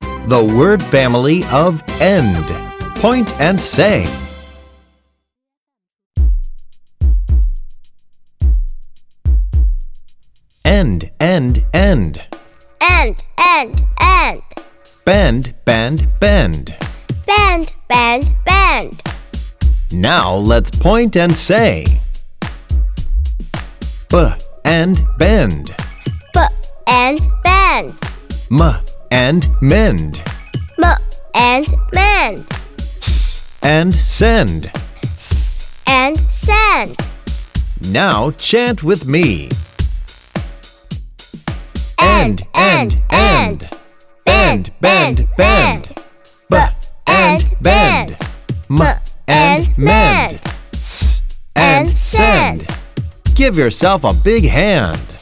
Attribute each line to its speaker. Speaker 1: the word family of end. Point and say. End, end, end.
Speaker 2: End, end, end.
Speaker 1: Bend, bend, bend.
Speaker 2: Bend, bend, bend.
Speaker 1: Now let's point and say. B and bend.
Speaker 2: B and bend.
Speaker 1: M and mend.
Speaker 2: M and mend.
Speaker 1: S and send.
Speaker 2: S and send.
Speaker 1: Now chant with me.
Speaker 2: End, end, end.
Speaker 1: Bend, bend, bend. B and bend. M and mend. S and send. Give yourself a big hand.